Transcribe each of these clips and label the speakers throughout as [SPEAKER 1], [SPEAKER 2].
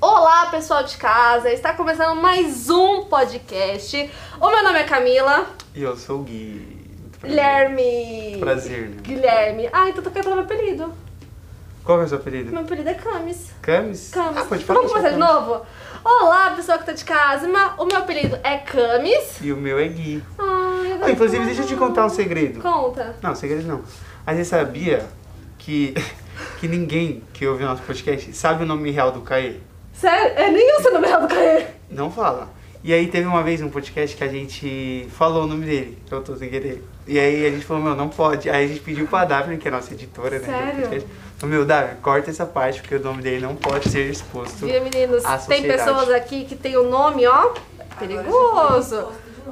[SPEAKER 1] Olá, pessoal de casa! Está começando mais um podcast. O meu nome é Camila
[SPEAKER 2] E eu sou o Gui. Muito prazer.
[SPEAKER 1] Guilherme.
[SPEAKER 2] Prazer, né?
[SPEAKER 1] Guilherme. Ah, então tô cantando meu apelido.
[SPEAKER 2] Qual que é o seu apelido?
[SPEAKER 1] Meu apelido é Camis.
[SPEAKER 2] Camis?
[SPEAKER 1] Camis.
[SPEAKER 2] Ah, pode
[SPEAKER 1] Então
[SPEAKER 2] falar.
[SPEAKER 1] vamos começar de
[SPEAKER 2] Camis.
[SPEAKER 1] novo? Olá, pessoal que tá de casa. Ma- O meu apelido é Camis.
[SPEAKER 2] E o meu é Gui.
[SPEAKER 1] Ai,
[SPEAKER 2] Ah, inclusive, deixa eu te contar um segredo.
[SPEAKER 1] Conta.
[SPEAKER 2] Não, segredo não. A gente sabia que, que ninguém que ouve o nosso podcast sabe o nome real do Caê.
[SPEAKER 1] Sério? É nem eu sei o nome real do Caê.
[SPEAKER 2] Não fala. E aí teve uma vez um podcast que a gente falou o nome dele, que eu tô sem querer. E aí a gente falou, meu, não pode. Aí a gente pediu pra Daphne, que é a nossa editora, né?
[SPEAKER 1] Sério?
[SPEAKER 2] do podcast, Falou, meu, Daphne, corta essa parte, porque o nome dele não pode ser exposto.
[SPEAKER 1] Viu, meninos?
[SPEAKER 2] à
[SPEAKER 1] Tem
[SPEAKER 2] sociedade.
[SPEAKER 1] pessoas aqui que tem o nome, ó. Perigoso.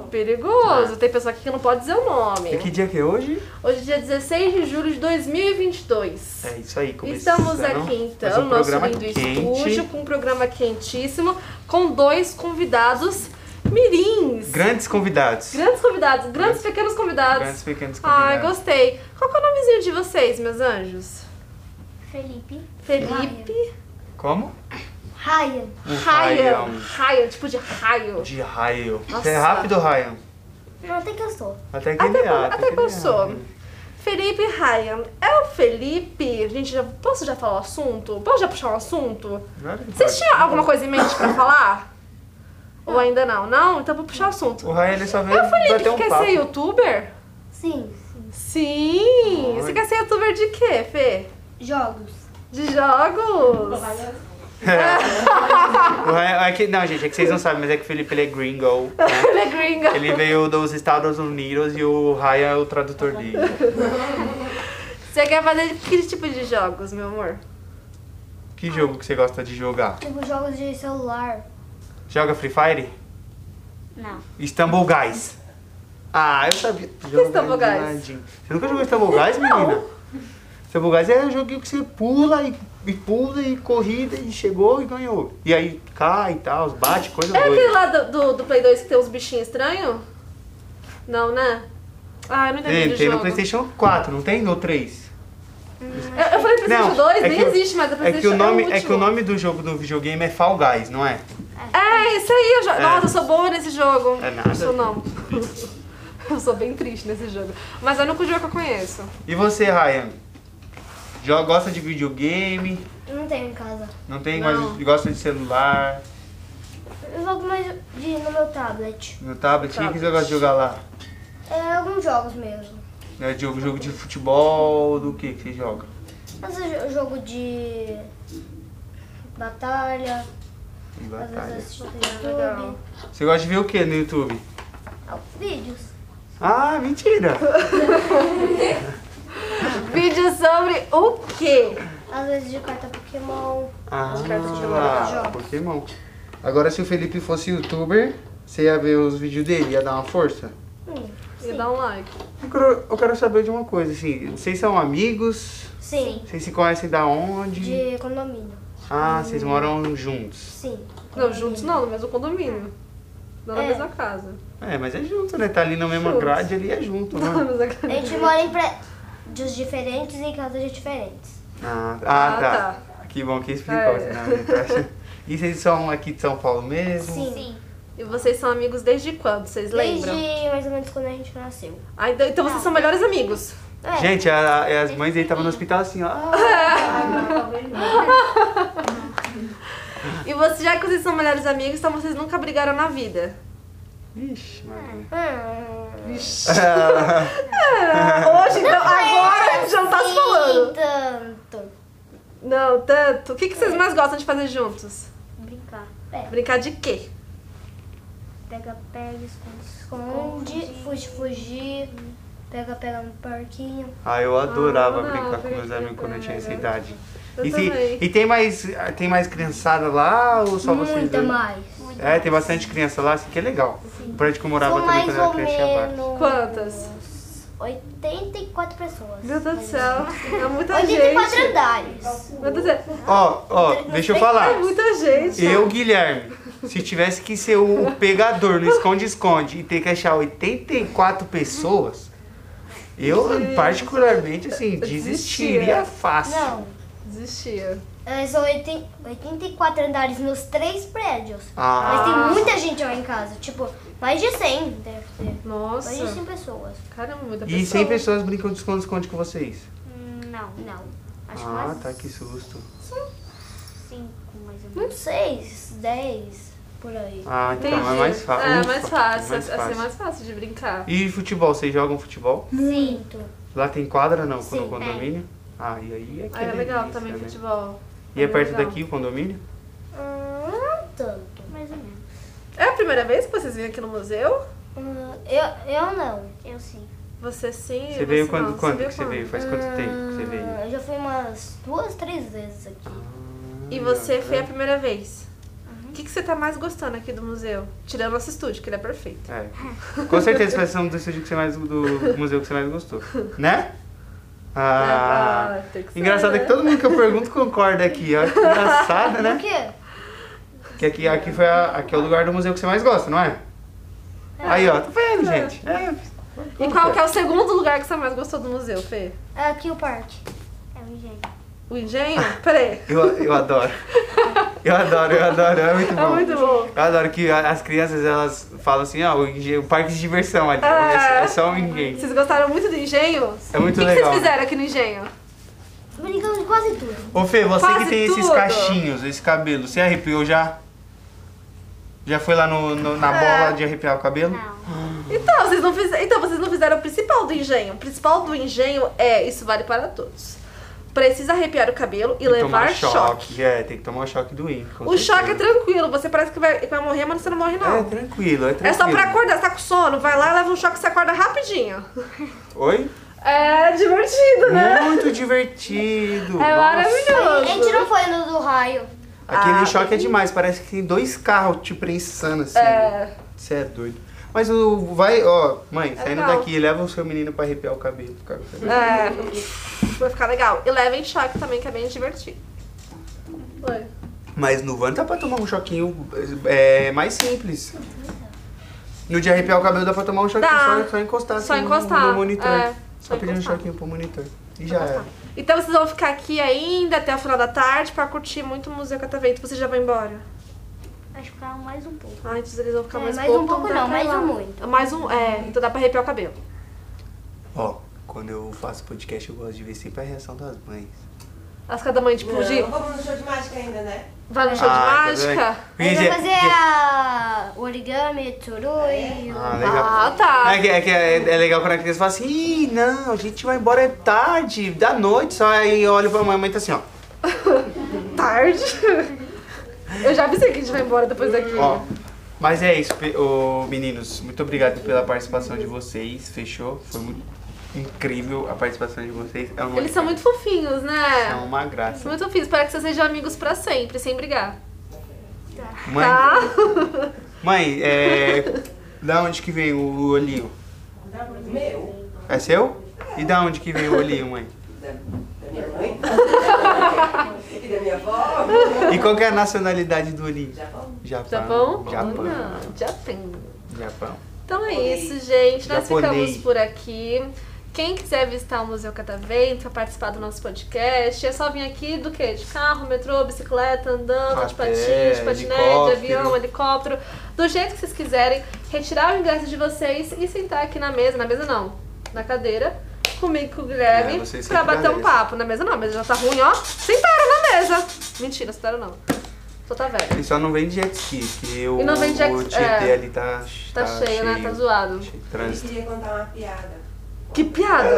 [SPEAKER 1] Perigoso. Tem pessoa aqui que não pode dizer o nome.
[SPEAKER 2] E que dia que é hoje?
[SPEAKER 1] Hoje é dia 16 de julho de 2022.
[SPEAKER 2] É isso aí, começando.
[SPEAKER 1] Estamos aqui
[SPEAKER 2] mais
[SPEAKER 1] então,
[SPEAKER 2] um
[SPEAKER 1] no nosso
[SPEAKER 2] programa
[SPEAKER 1] lindo
[SPEAKER 2] quente.
[SPEAKER 1] estúdio, com um programa quentíssimo, com dois convidados mirins.
[SPEAKER 2] Grandes convidados.
[SPEAKER 1] Grandes convidados, grandes pequenos convidados.
[SPEAKER 2] Grandes pequenos convidados.
[SPEAKER 1] Ai, gostei. Qual que é o nomezinho de vocês, meus anjos?
[SPEAKER 3] Felipe.
[SPEAKER 1] Felipe,
[SPEAKER 2] Como?
[SPEAKER 3] Ryan.
[SPEAKER 2] O
[SPEAKER 1] Ryan.
[SPEAKER 2] Ryan.
[SPEAKER 1] Ryan, tipo de raio.
[SPEAKER 2] De Ryan.
[SPEAKER 1] Nossa.
[SPEAKER 2] Você é rápido, Ryan?
[SPEAKER 3] Não, até que eu sou.
[SPEAKER 2] Até que
[SPEAKER 1] Até,
[SPEAKER 2] ele é,
[SPEAKER 1] que- até
[SPEAKER 2] ele
[SPEAKER 1] que eu
[SPEAKER 2] é.
[SPEAKER 1] sou. Felipe Ryan. É o Felipe. Gente, já, posso já falar o assunto? Posso já puxar um assunto?
[SPEAKER 2] Claro que
[SPEAKER 1] Vocês
[SPEAKER 2] pode.
[SPEAKER 1] tinham alguma coisa em mente pra falar? Ou ainda não? Não? Então vou puxar o assunto.
[SPEAKER 2] O Ryan ele só veio
[SPEAKER 1] É o Felipe
[SPEAKER 2] bater
[SPEAKER 1] que
[SPEAKER 2] um
[SPEAKER 1] quer
[SPEAKER 2] papo.
[SPEAKER 1] ser youtuber?
[SPEAKER 3] Sim, sim.
[SPEAKER 1] Sim!
[SPEAKER 2] Oi.
[SPEAKER 1] Você quer ser youtuber de quê, Fê?
[SPEAKER 3] Jogos.
[SPEAKER 1] De jogos?
[SPEAKER 2] É. O Ryan, é que, não, gente, é que vocês não sabem, mas é que o Felipe ele é gringo. né?
[SPEAKER 1] Ele é gringa.
[SPEAKER 2] Ele veio dos Estados Unidos e o Ryan é o tradutor dele.
[SPEAKER 1] Você quer fazer que tipo de jogos, meu amor?
[SPEAKER 2] Que jogo que você gosta de jogar?
[SPEAKER 3] Tipo jogos de celular.
[SPEAKER 2] Joga Free Fire?
[SPEAKER 3] Não.
[SPEAKER 2] Istanbul Guys. Ah, eu sabia. Joga
[SPEAKER 1] Istanbul Guys?
[SPEAKER 2] Aladdin. Você nunca jogou Istanbul Guys, menina? Istanbul Guys é um joguinho que você pula e, e pula e corrida e chegou e ganhou. E aí cai e tal, bate, coisa
[SPEAKER 1] É aquele
[SPEAKER 2] doida.
[SPEAKER 1] lá do, do, do Play 2 que tem uns bichinhos estranhos? Não, né? Ah, eu não entendi
[SPEAKER 2] Tem,
[SPEAKER 1] do
[SPEAKER 2] tem
[SPEAKER 1] jogo.
[SPEAKER 2] no Playstation 4, não tem? No 3?
[SPEAKER 1] Eu, eu falei Playstation
[SPEAKER 2] Não,
[SPEAKER 1] 2,
[SPEAKER 2] é
[SPEAKER 1] nem
[SPEAKER 2] que o-
[SPEAKER 1] existe, mas a
[SPEAKER 2] É
[SPEAKER 1] Playstation
[SPEAKER 2] que, o nome, é
[SPEAKER 1] último.
[SPEAKER 2] que o nome do jogo do videogame é Fall Guys, não é?
[SPEAKER 1] É, isso aí. Eu jo...
[SPEAKER 2] É.
[SPEAKER 1] Nossa, eu sou boa nesse jogo.
[SPEAKER 2] É nada.
[SPEAKER 1] Eu sou não. eu sou bem triste nesse jogo. Mas é o único jogo que eu conheço.
[SPEAKER 2] E você, Ryan? Já gosta de videogame?
[SPEAKER 3] Eu não tenho em casa.
[SPEAKER 2] Não tem?
[SPEAKER 1] Não.
[SPEAKER 2] Gosta, de, gosta de celular?
[SPEAKER 3] Eu jogo mais de, no meu tablet.
[SPEAKER 2] No tablet? O que que você
[SPEAKER 1] Tablet.
[SPEAKER 2] gosta de jogar lá?
[SPEAKER 3] É alguns jogos mesmo.
[SPEAKER 2] É jogo, jogo de futebol, do que que você joga?
[SPEAKER 3] Mas é jo- jogo de batalha.
[SPEAKER 2] De
[SPEAKER 3] Às
[SPEAKER 2] batalha.
[SPEAKER 3] vezes é assisto no
[SPEAKER 1] Ah, Legal.
[SPEAKER 3] YouTube.
[SPEAKER 2] Você gosta de ver o que no YouTube?
[SPEAKER 3] Ah, Vídeos.
[SPEAKER 2] Ah, mentira!
[SPEAKER 1] Vídeo sobre o quê?
[SPEAKER 3] Às vezes de carta Pokémon.
[SPEAKER 2] Ah,
[SPEAKER 1] cartas de
[SPEAKER 3] jogo.
[SPEAKER 2] Pokémon. Agora se o Felipe fosse youtuber, você ia ver os vídeos dele, ia dar uma força?
[SPEAKER 3] Hum,
[SPEAKER 1] E dá um like.
[SPEAKER 2] Eu quero, eu quero saber de uma coisa, assim, vocês são amigos?
[SPEAKER 3] Sim.
[SPEAKER 2] Vocês se conhecem da onde?
[SPEAKER 3] De condomínio.
[SPEAKER 2] Ah, vocês moram juntos.
[SPEAKER 3] Sim.
[SPEAKER 1] Não, juntos não, no mesmo condomínio. Não na
[SPEAKER 3] É.
[SPEAKER 1] mesma casa.
[SPEAKER 2] É, mas é junto, né? Tá ali na mesma
[SPEAKER 1] Juntos.
[SPEAKER 2] grade, ali é junto,
[SPEAKER 1] Não na
[SPEAKER 2] né?
[SPEAKER 1] mesma casa.
[SPEAKER 3] A gente mora em prédios diferentes e em casas diferentes.
[SPEAKER 2] Ah,
[SPEAKER 1] Ah,
[SPEAKER 2] ah, tá. Que bom que explicou,
[SPEAKER 1] É.
[SPEAKER 2] senão eu ia achar. E vocês são aqui de São Paulo mesmo?
[SPEAKER 3] Sim.
[SPEAKER 1] E vocês são amigos desde quando? Vocês lembram?
[SPEAKER 3] Desde mais ou menos quando a gente nasceu.
[SPEAKER 1] Ah, então, então vocês são melhores amigos.
[SPEAKER 3] É.
[SPEAKER 2] Gente, a- a- as mães dele estavam no hospital assim, ó.
[SPEAKER 1] E você, já que vocês são melhores amigos, então vocês nunca brigaram na vida.
[SPEAKER 2] Vixe, Maria.
[SPEAKER 3] Hum. É.
[SPEAKER 1] Ah, Hoje, então, agora já tá se falando.
[SPEAKER 3] Nem tanto.
[SPEAKER 1] Não, tanto. O que, que
[SPEAKER 3] É.
[SPEAKER 1] vocês mais gostam de fazer juntos?
[SPEAKER 3] Brincar. Pega,
[SPEAKER 1] Brincar de quê?
[SPEAKER 3] pega, pega, esconde, esconde. Fugir, fugir. Pega, pega no parquinho.
[SPEAKER 2] Ah, eu adorava
[SPEAKER 1] Ah,
[SPEAKER 2] brincar com
[SPEAKER 1] eu
[SPEAKER 2] meus amigos quando
[SPEAKER 3] né?
[SPEAKER 2] eu tinha essa idade.
[SPEAKER 1] Eu
[SPEAKER 2] E,
[SPEAKER 1] também.
[SPEAKER 2] se- e tem mais tem mais criançada lá ou só vocês?
[SPEAKER 3] Muita
[SPEAKER 2] dois?
[SPEAKER 3] mais.
[SPEAKER 2] É, tem bastante criança lá, assim, que é legal. O prédio que eu morava
[SPEAKER 3] São
[SPEAKER 2] também
[SPEAKER 3] mais
[SPEAKER 2] quando eu era
[SPEAKER 3] ou
[SPEAKER 2] criança tinha vários.
[SPEAKER 3] menos.
[SPEAKER 1] Quantas?
[SPEAKER 3] 84 pessoas.
[SPEAKER 1] Meu Deus do céu. É muita
[SPEAKER 3] 84
[SPEAKER 1] gente.
[SPEAKER 3] andares.
[SPEAKER 1] Meu Deus do céu.
[SPEAKER 2] Ó, ó, deixa eu falar.
[SPEAKER 1] É muita gente.
[SPEAKER 2] Eu, Guilherme, Se tivesse que ser o o pegador no esconde-esconde e ter que achar 84 pessoas, eu particularmente assim desistiria
[SPEAKER 1] Desistia.
[SPEAKER 2] fácil.
[SPEAKER 3] Não.
[SPEAKER 1] Desistia.
[SPEAKER 3] É, São 80 84 andares nos três prédios. Mas
[SPEAKER 2] Ah,
[SPEAKER 3] tem muita gente lá em casa. Tipo, mais de 100 deve ter.
[SPEAKER 1] Nossa.
[SPEAKER 3] Mais de 100 pessoas.
[SPEAKER 1] Caramba, muita pessoa.
[SPEAKER 2] e é 100 pessoas brincam de esconde-esconde com vocês.
[SPEAKER 3] Não. Não. Acho que
[SPEAKER 2] Ah,
[SPEAKER 3] mais
[SPEAKER 2] tá, que susto.
[SPEAKER 3] 5, mais ou menos. 6, 10, por aí.
[SPEAKER 2] Ah, então
[SPEAKER 1] Entendi.
[SPEAKER 2] é mais fácil.
[SPEAKER 1] É,
[SPEAKER 2] Ufa,
[SPEAKER 1] mais fácil.
[SPEAKER 2] mais
[SPEAKER 1] Assim é
[SPEAKER 2] fácil.
[SPEAKER 1] mais fácil de brincar.
[SPEAKER 2] E futebol, vocês jogam futebol?
[SPEAKER 3] Muito.
[SPEAKER 2] Lá tem quadra não, quando
[SPEAKER 3] Sim,
[SPEAKER 2] o condomínio? Ah, e aí é que
[SPEAKER 1] Aí é legal
[SPEAKER 2] delícia,
[SPEAKER 1] também
[SPEAKER 2] né?
[SPEAKER 1] futebol.
[SPEAKER 2] E é
[SPEAKER 1] bem
[SPEAKER 2] perto
[SPEAKER 1] legal.
[SPEAKER 2] daqui o condomínio?
[SPEAKER 3] Hum, não tanto. Mais ou menos.
[SPEAKER 1] É a primeira vez que vocês vêm aqui no museu?
[SPEAKER 3] Hum, eu, eu não. Eu sim.
[SPEAKER 1] Você sim e
[SPEAKER 2] Você veio
[SPEAKER 1] você
[SPEAKER 2] quando?
[SPEAKER 1] não.
[SPEAKER 2] Quando
[SPEAKER 1] veio
[SPEAKER 2] que você veio? Faz
[SPEAKER 3] Hum,
[SPEAKER 2] quanto tempo que você veio?
[SPEAKER 3] Eu Hum, já fui umas duas, três vezes aqui.
[SPEAKER 1] E você
[SPEAKER 2] Ah,
[SPEAKER 1] foi a primeira vez. O que, que você tá mais gostando aqui do museu? Tirando nosso estúdio, que ele é perfeito.
[SPEAKER 2] É. Com certeza vai ser um dos estúdios que você mais do museu que você mais gostou, né? Ah,
[SPEAKER 1] É, ah, tem que ser,
[SPEAKER 2] engraçado
[SPEAKER 1] né?
[SPEAKER 2] é que todo mundo que eu pergunto concorda aqui. Olha que engraçado,
[SPEAKER 3] Por
[SPEAKER 2] né?
[SPEAKER 3] quê?
[SPEAKER 2] Que aqui, aqui, foi a- aqui é o lugar do museu que você mais gosta, não é? Aí, ó, tá vendo, gente? É.
[SPEAKER 1] E qual que é o segundo lugar que você mais gostou do museu, Fê?
[SPEAKER 3] Aqui o parque. É um engenho.
[SPEAKER 1] O engenho? Peraí.
[SPEAKER 2] Eu, eu adoro. Eu adoro, eu adoro. É muito
[SPEAKER 1] É
[SPEAKER 2] bom.
[SPEAKER 1] muito bom.
[SPEAKER 2] Eu adoro que a- as crianças elas falam assim, ó, o, engen- o parque de diversão ali.
[SPEAKER 1] Ah.
[SPEAKER 2] É, só um engenho.
[SPEAKER 1] Vocês gostaram muito do engenho?
[SPEAKER 2] É muito
[SPEAKER 1] O que, que
[SPEAKER 2] legal.
[SPEAKER 1] vocês fizeram aqui no engenho?
[SPEAKER 3] Brincamos de quase tudo.
[SPEAKER 2] Ô Fê, você
[SPEAKER 1] Quase
[SPEAKER 2] que tem esses
[SPEAKER 1] tudo.
[SPEAKER 2] cachinhos, esse cabelo, você arrepiou já? Já foi lá no, no- na
[SPEAKER 1] É.
[SPEAKER 2] bola de arrepiar o cabelo?
[SPEAKER 3] Não.
[SPEAKER 1] Então vocês, não fizeram, então, vocês não fizeram o principal do engenho. O principal do engenho é isso vale para todos. Precisa arrepiar o cabelo e
[SPEAKER 2] Tem que
[SPEAKER 1] levar
[SPEAKER 2] tomar
[SPEAKER 1] choque.
[SPEAKER 2] É, tem que tomar o choque do ímã. com
[SPEAKER 1] O choque é
[SPEAKER 2] certeza.
[SPEAKER 1] tranquilo, você parece que vai, que vai morrer, mas você não morre não.
[SPEAKER 2] É tranquilo, é tranquilo.
[SPEAKER 1] É só pra acordar, você tá com sono, vai lá, leva um choque e você acorda rapidinho.
[SPEAKER 2] Oi?
[SPEAKER 1] É divertido, né?
[SPEAKER 2] Muito divertido.
[SPEAKER 1] É
[SPEAKER 2] Nossa.
[SPEAKER 3] A gente
[SPEAKER 1] maravilhoso.
[SPEAKER 3] não foi no do raio.
[SPEAKER 2] Aquele
[SPEAKER 1] Ah.
[SPEAKER 2] choque é demais, parece que tem dois carros te prensando assim.
[SPEAKER 1] É.
[SPEAKER 2] Você é doido. Mas o vai, ó, mãe, saindo
[SPEAKER 1] legal.
[SPEAKER 2] daqui, leva o seu menino pra arrepiar o cabelo. Cara,
[SPEAKER 1] É. Vai ficar legal. E levem choque também, que é bem divertido. Oi.
[SPEAKER 2] Mas no van dá pra tomar um choquinho é, mais simples. No de arrepiar o cabelo dá pra tomar um choquinho,
[SPEAKER 1] Dá.
[SPEAKER 2] só, só encostar
[SPEAKER 1] Só
[SPEAKER 2] assim, no-
[SPEAKER 1] encostar,
[SPEAKER 2] no monitor.
[SPEAKER 1] é, só
[SPEAKER 2] só pedir um
[SPEAKER 1] encostar.
[SPEAKER 2] choquinho pro monitor. E já era.
[SPEAKER 1] Então vocês vão ficar aqui ainda até o final da tarde pra curtir muito o Museu Catavento. Vocês já vão embora?
[SPEAKER 3] Acho que ficava mais um pouco.
[SPEAKER 1] Ah, então eles vão ficar
[SPEAKER 3] É,
[SPEAKER 1] mais,
[SPEAKER 3] mais um
[SPEAKER 1] então
[SPEAKER 3] pouco
[SPEAKER 1] dá
[SPEAKER 3] não,
[SPEAKER 1] pra
[SPEAKER 3] mais
[SPEAKER 1] ir lá.
[SPEAKER 3] um muito.
[SPEAKER 1] Mais um, é. Então dá pra arrepiar o cabelo.
[SPEAKER 2] Ó, quando eu faço podcast eu gosto de ver sempre a reação das mães.
[SPEAKER 1] As cada mãe de fugir.
[SPEAKER 4] Não, Vamos no show de mágica ainda, né?
[SPEAKER 1] Vai no show
[SPEAKER 2] É.
[SPEAKER 1] de
[SPEAKER 2] tá
[SPEAKER 1] mágica.
[SPEAKER 2] vendo?
[SPEAKER 3] Ele
[SPEAKER 2] Porque-
[SPEAKER 3] vai fazer a origami, tsurui. e o-
[SPEAKER 2] Ah, legal.
[SPEAKER 1] Ah, tá.
[SPEAKER 2] É que, é, que é- é legal quando a criança fala assim, Ih, não, a gente vai embora é tarde, da noite, só aí eu olho pra mãe, a mãe tá assim, ó.
[SPEAKER 1] tarde. Eu já avisei que a gente vai embora depois daqui.
[SPEAKER 2] Ó, mas é isso, pe- ô, meninos. Muito obrigado pela participação de vocês. Fechou? Foi muito incrível a participação de vocês. É uma,
[SPEAKER 1] Eles são muito fofinhos,
[SPEAKER 2] é
[SPEAKER 1] né?
[SPEAKER 2] uma
[SPEAKER 1] São
[SPEAKER 2] graça.
[SPEAKER 1] muito fofinhos. Espero que vocês sejam amigos pra sempre, sem brigar.
[SPEAKER 2] Mãe,
[SPEAKER 1] Tá?
[SPEAKER 2] mãe, é. da onde que vem o olhinho?
[SPEAKER 4] Meu,
[SPEAKER 2] É seu? E da onde que vem o olhinho, mãe?
[SPEAKER 4] da minha mãe. e da minha avó.
[SPEAKER 2] E qual que é a nacionalidade do olhinho?
[SPEAKER 4] Japão.
[SPEAKER 2] Japão.
[SPEAKER 1] Japão?
[SPEAKER 2] Japão.
[SPEAKER 1] Tá Olha, Japão.
[SPEAKER 2] Japão.
[SPEAKER 1] Então é
[SPEAKER 4] Japonês.
[SPEAKER 1] isso, gente. Nós
[SPEAKER 2] Japonês.
[SPEAKER 1] ficamos por aqui. Quem quiser visitar o Museu Catavento, pra participar do nosso podcast, é só vir aqui do quê? De carro, metrô, bicicleta, andando, de
[SPEAKER 2] A pé,
[SPEAKER 1] patins, de patinete, de
[SPEAKER 2] helicóptero.
[SPEAKER 1] avião, helicóptero, do jeito que vocês quiserem, retirar o ingresso de vocês e sentar aqui na mesa, na mesa não, na cadeira, comigo e com o
[SPEAKER 2] É,
[SPEAKER 1] Guilherme,
[SPEAKER 2] vocês
[SPEAKER 1] pra
[SPEAKER 2] sempre
[SPEAKER 1] bater um
[SPEAKER 2] agradecem.
[SPEAKER 1] papo. Na mesa não, a mesa já tá ruim, ó. Sentaram na mesa! Mentira, sentaram não. Só tá velha.
[SPEAKER 2] E só não vem de jet ski, que o,
[SPEAKER 1] E não vem de jet-
[SPEAKER 2] o Tietê
[SPEAKER 1] é.
[SPEAKER 2] ali tá,
[SPEAKER 1] Tá cheio, né? Tá zoado.
[SPEAKER 2] Cheio de
[SPEAKER 4] Eu
[SPEAKER 2] trânsito.
[SPEAKER 4] queria contar uma piada.
[SPEAKER 1] Que piada!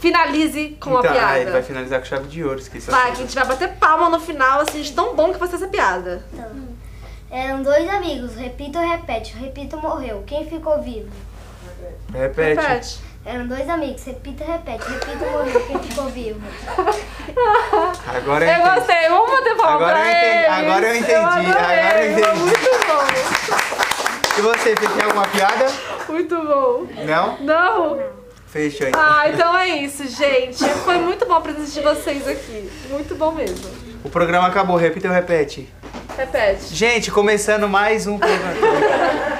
[SPEAKER 1] Finalize com a
[SPEAKER 2] então,
[SPEAKER 1] piada.
[SPEAKER 2] ah, ele vai assim. finalizar com chave de ouro, esqueci.
[SPEAKER 1] Vai, que a gente vai bater palma no final, assim, de tão bom que vai ser essa piada.
[SPEAKER 3] Eram dois amigos, repito, repete, repito, morreu. Quem ficou vivo?
[SPEAKER 2] Repete.
[SPEAKER 1] Repete.
[SPEAKER 3] Eram dois amigos, repito, repete, repito, morreu. Quem ficou vivo?
[SPEAKER 2] Agora é eu,
[SPEAKER 1] Eu
[SPEAKER 2] entendi.
[SPEAKER 1] gostei, vamos bater palma
[SPEAKER 2] Agora
[SPEAKER 1] pra
[SPEAKER 2] eu entendi,
[SPEAKER 1] eles.
[SPEAKER 2] agora eu entendi,
[SPEAKER 1] adorei,
[SPEAKER 2] agora eu
[SPEAKER 1] foi
[SPEAKER 2] entendi.
[SPEAKER 1] Muito
[SPEAKER 2] E você, Fê, tem alguma piada?
[SPEAKER 1] bom, muito bom.
[SPEAKER 2] Não?
[SPEAKER 1] Não?
[SPEAKER 2] Fechou então.
[SPEAKER 1] Ah, então é isso, gente. Foi muito bom a presença de vocês aqui. Muito bom mesmo.
[SPEAKER 2] O programa acabou, repita ou repete?
[SPEAKER 1] Repete.
[SPEAKER 2] Gente, começando mais um programa.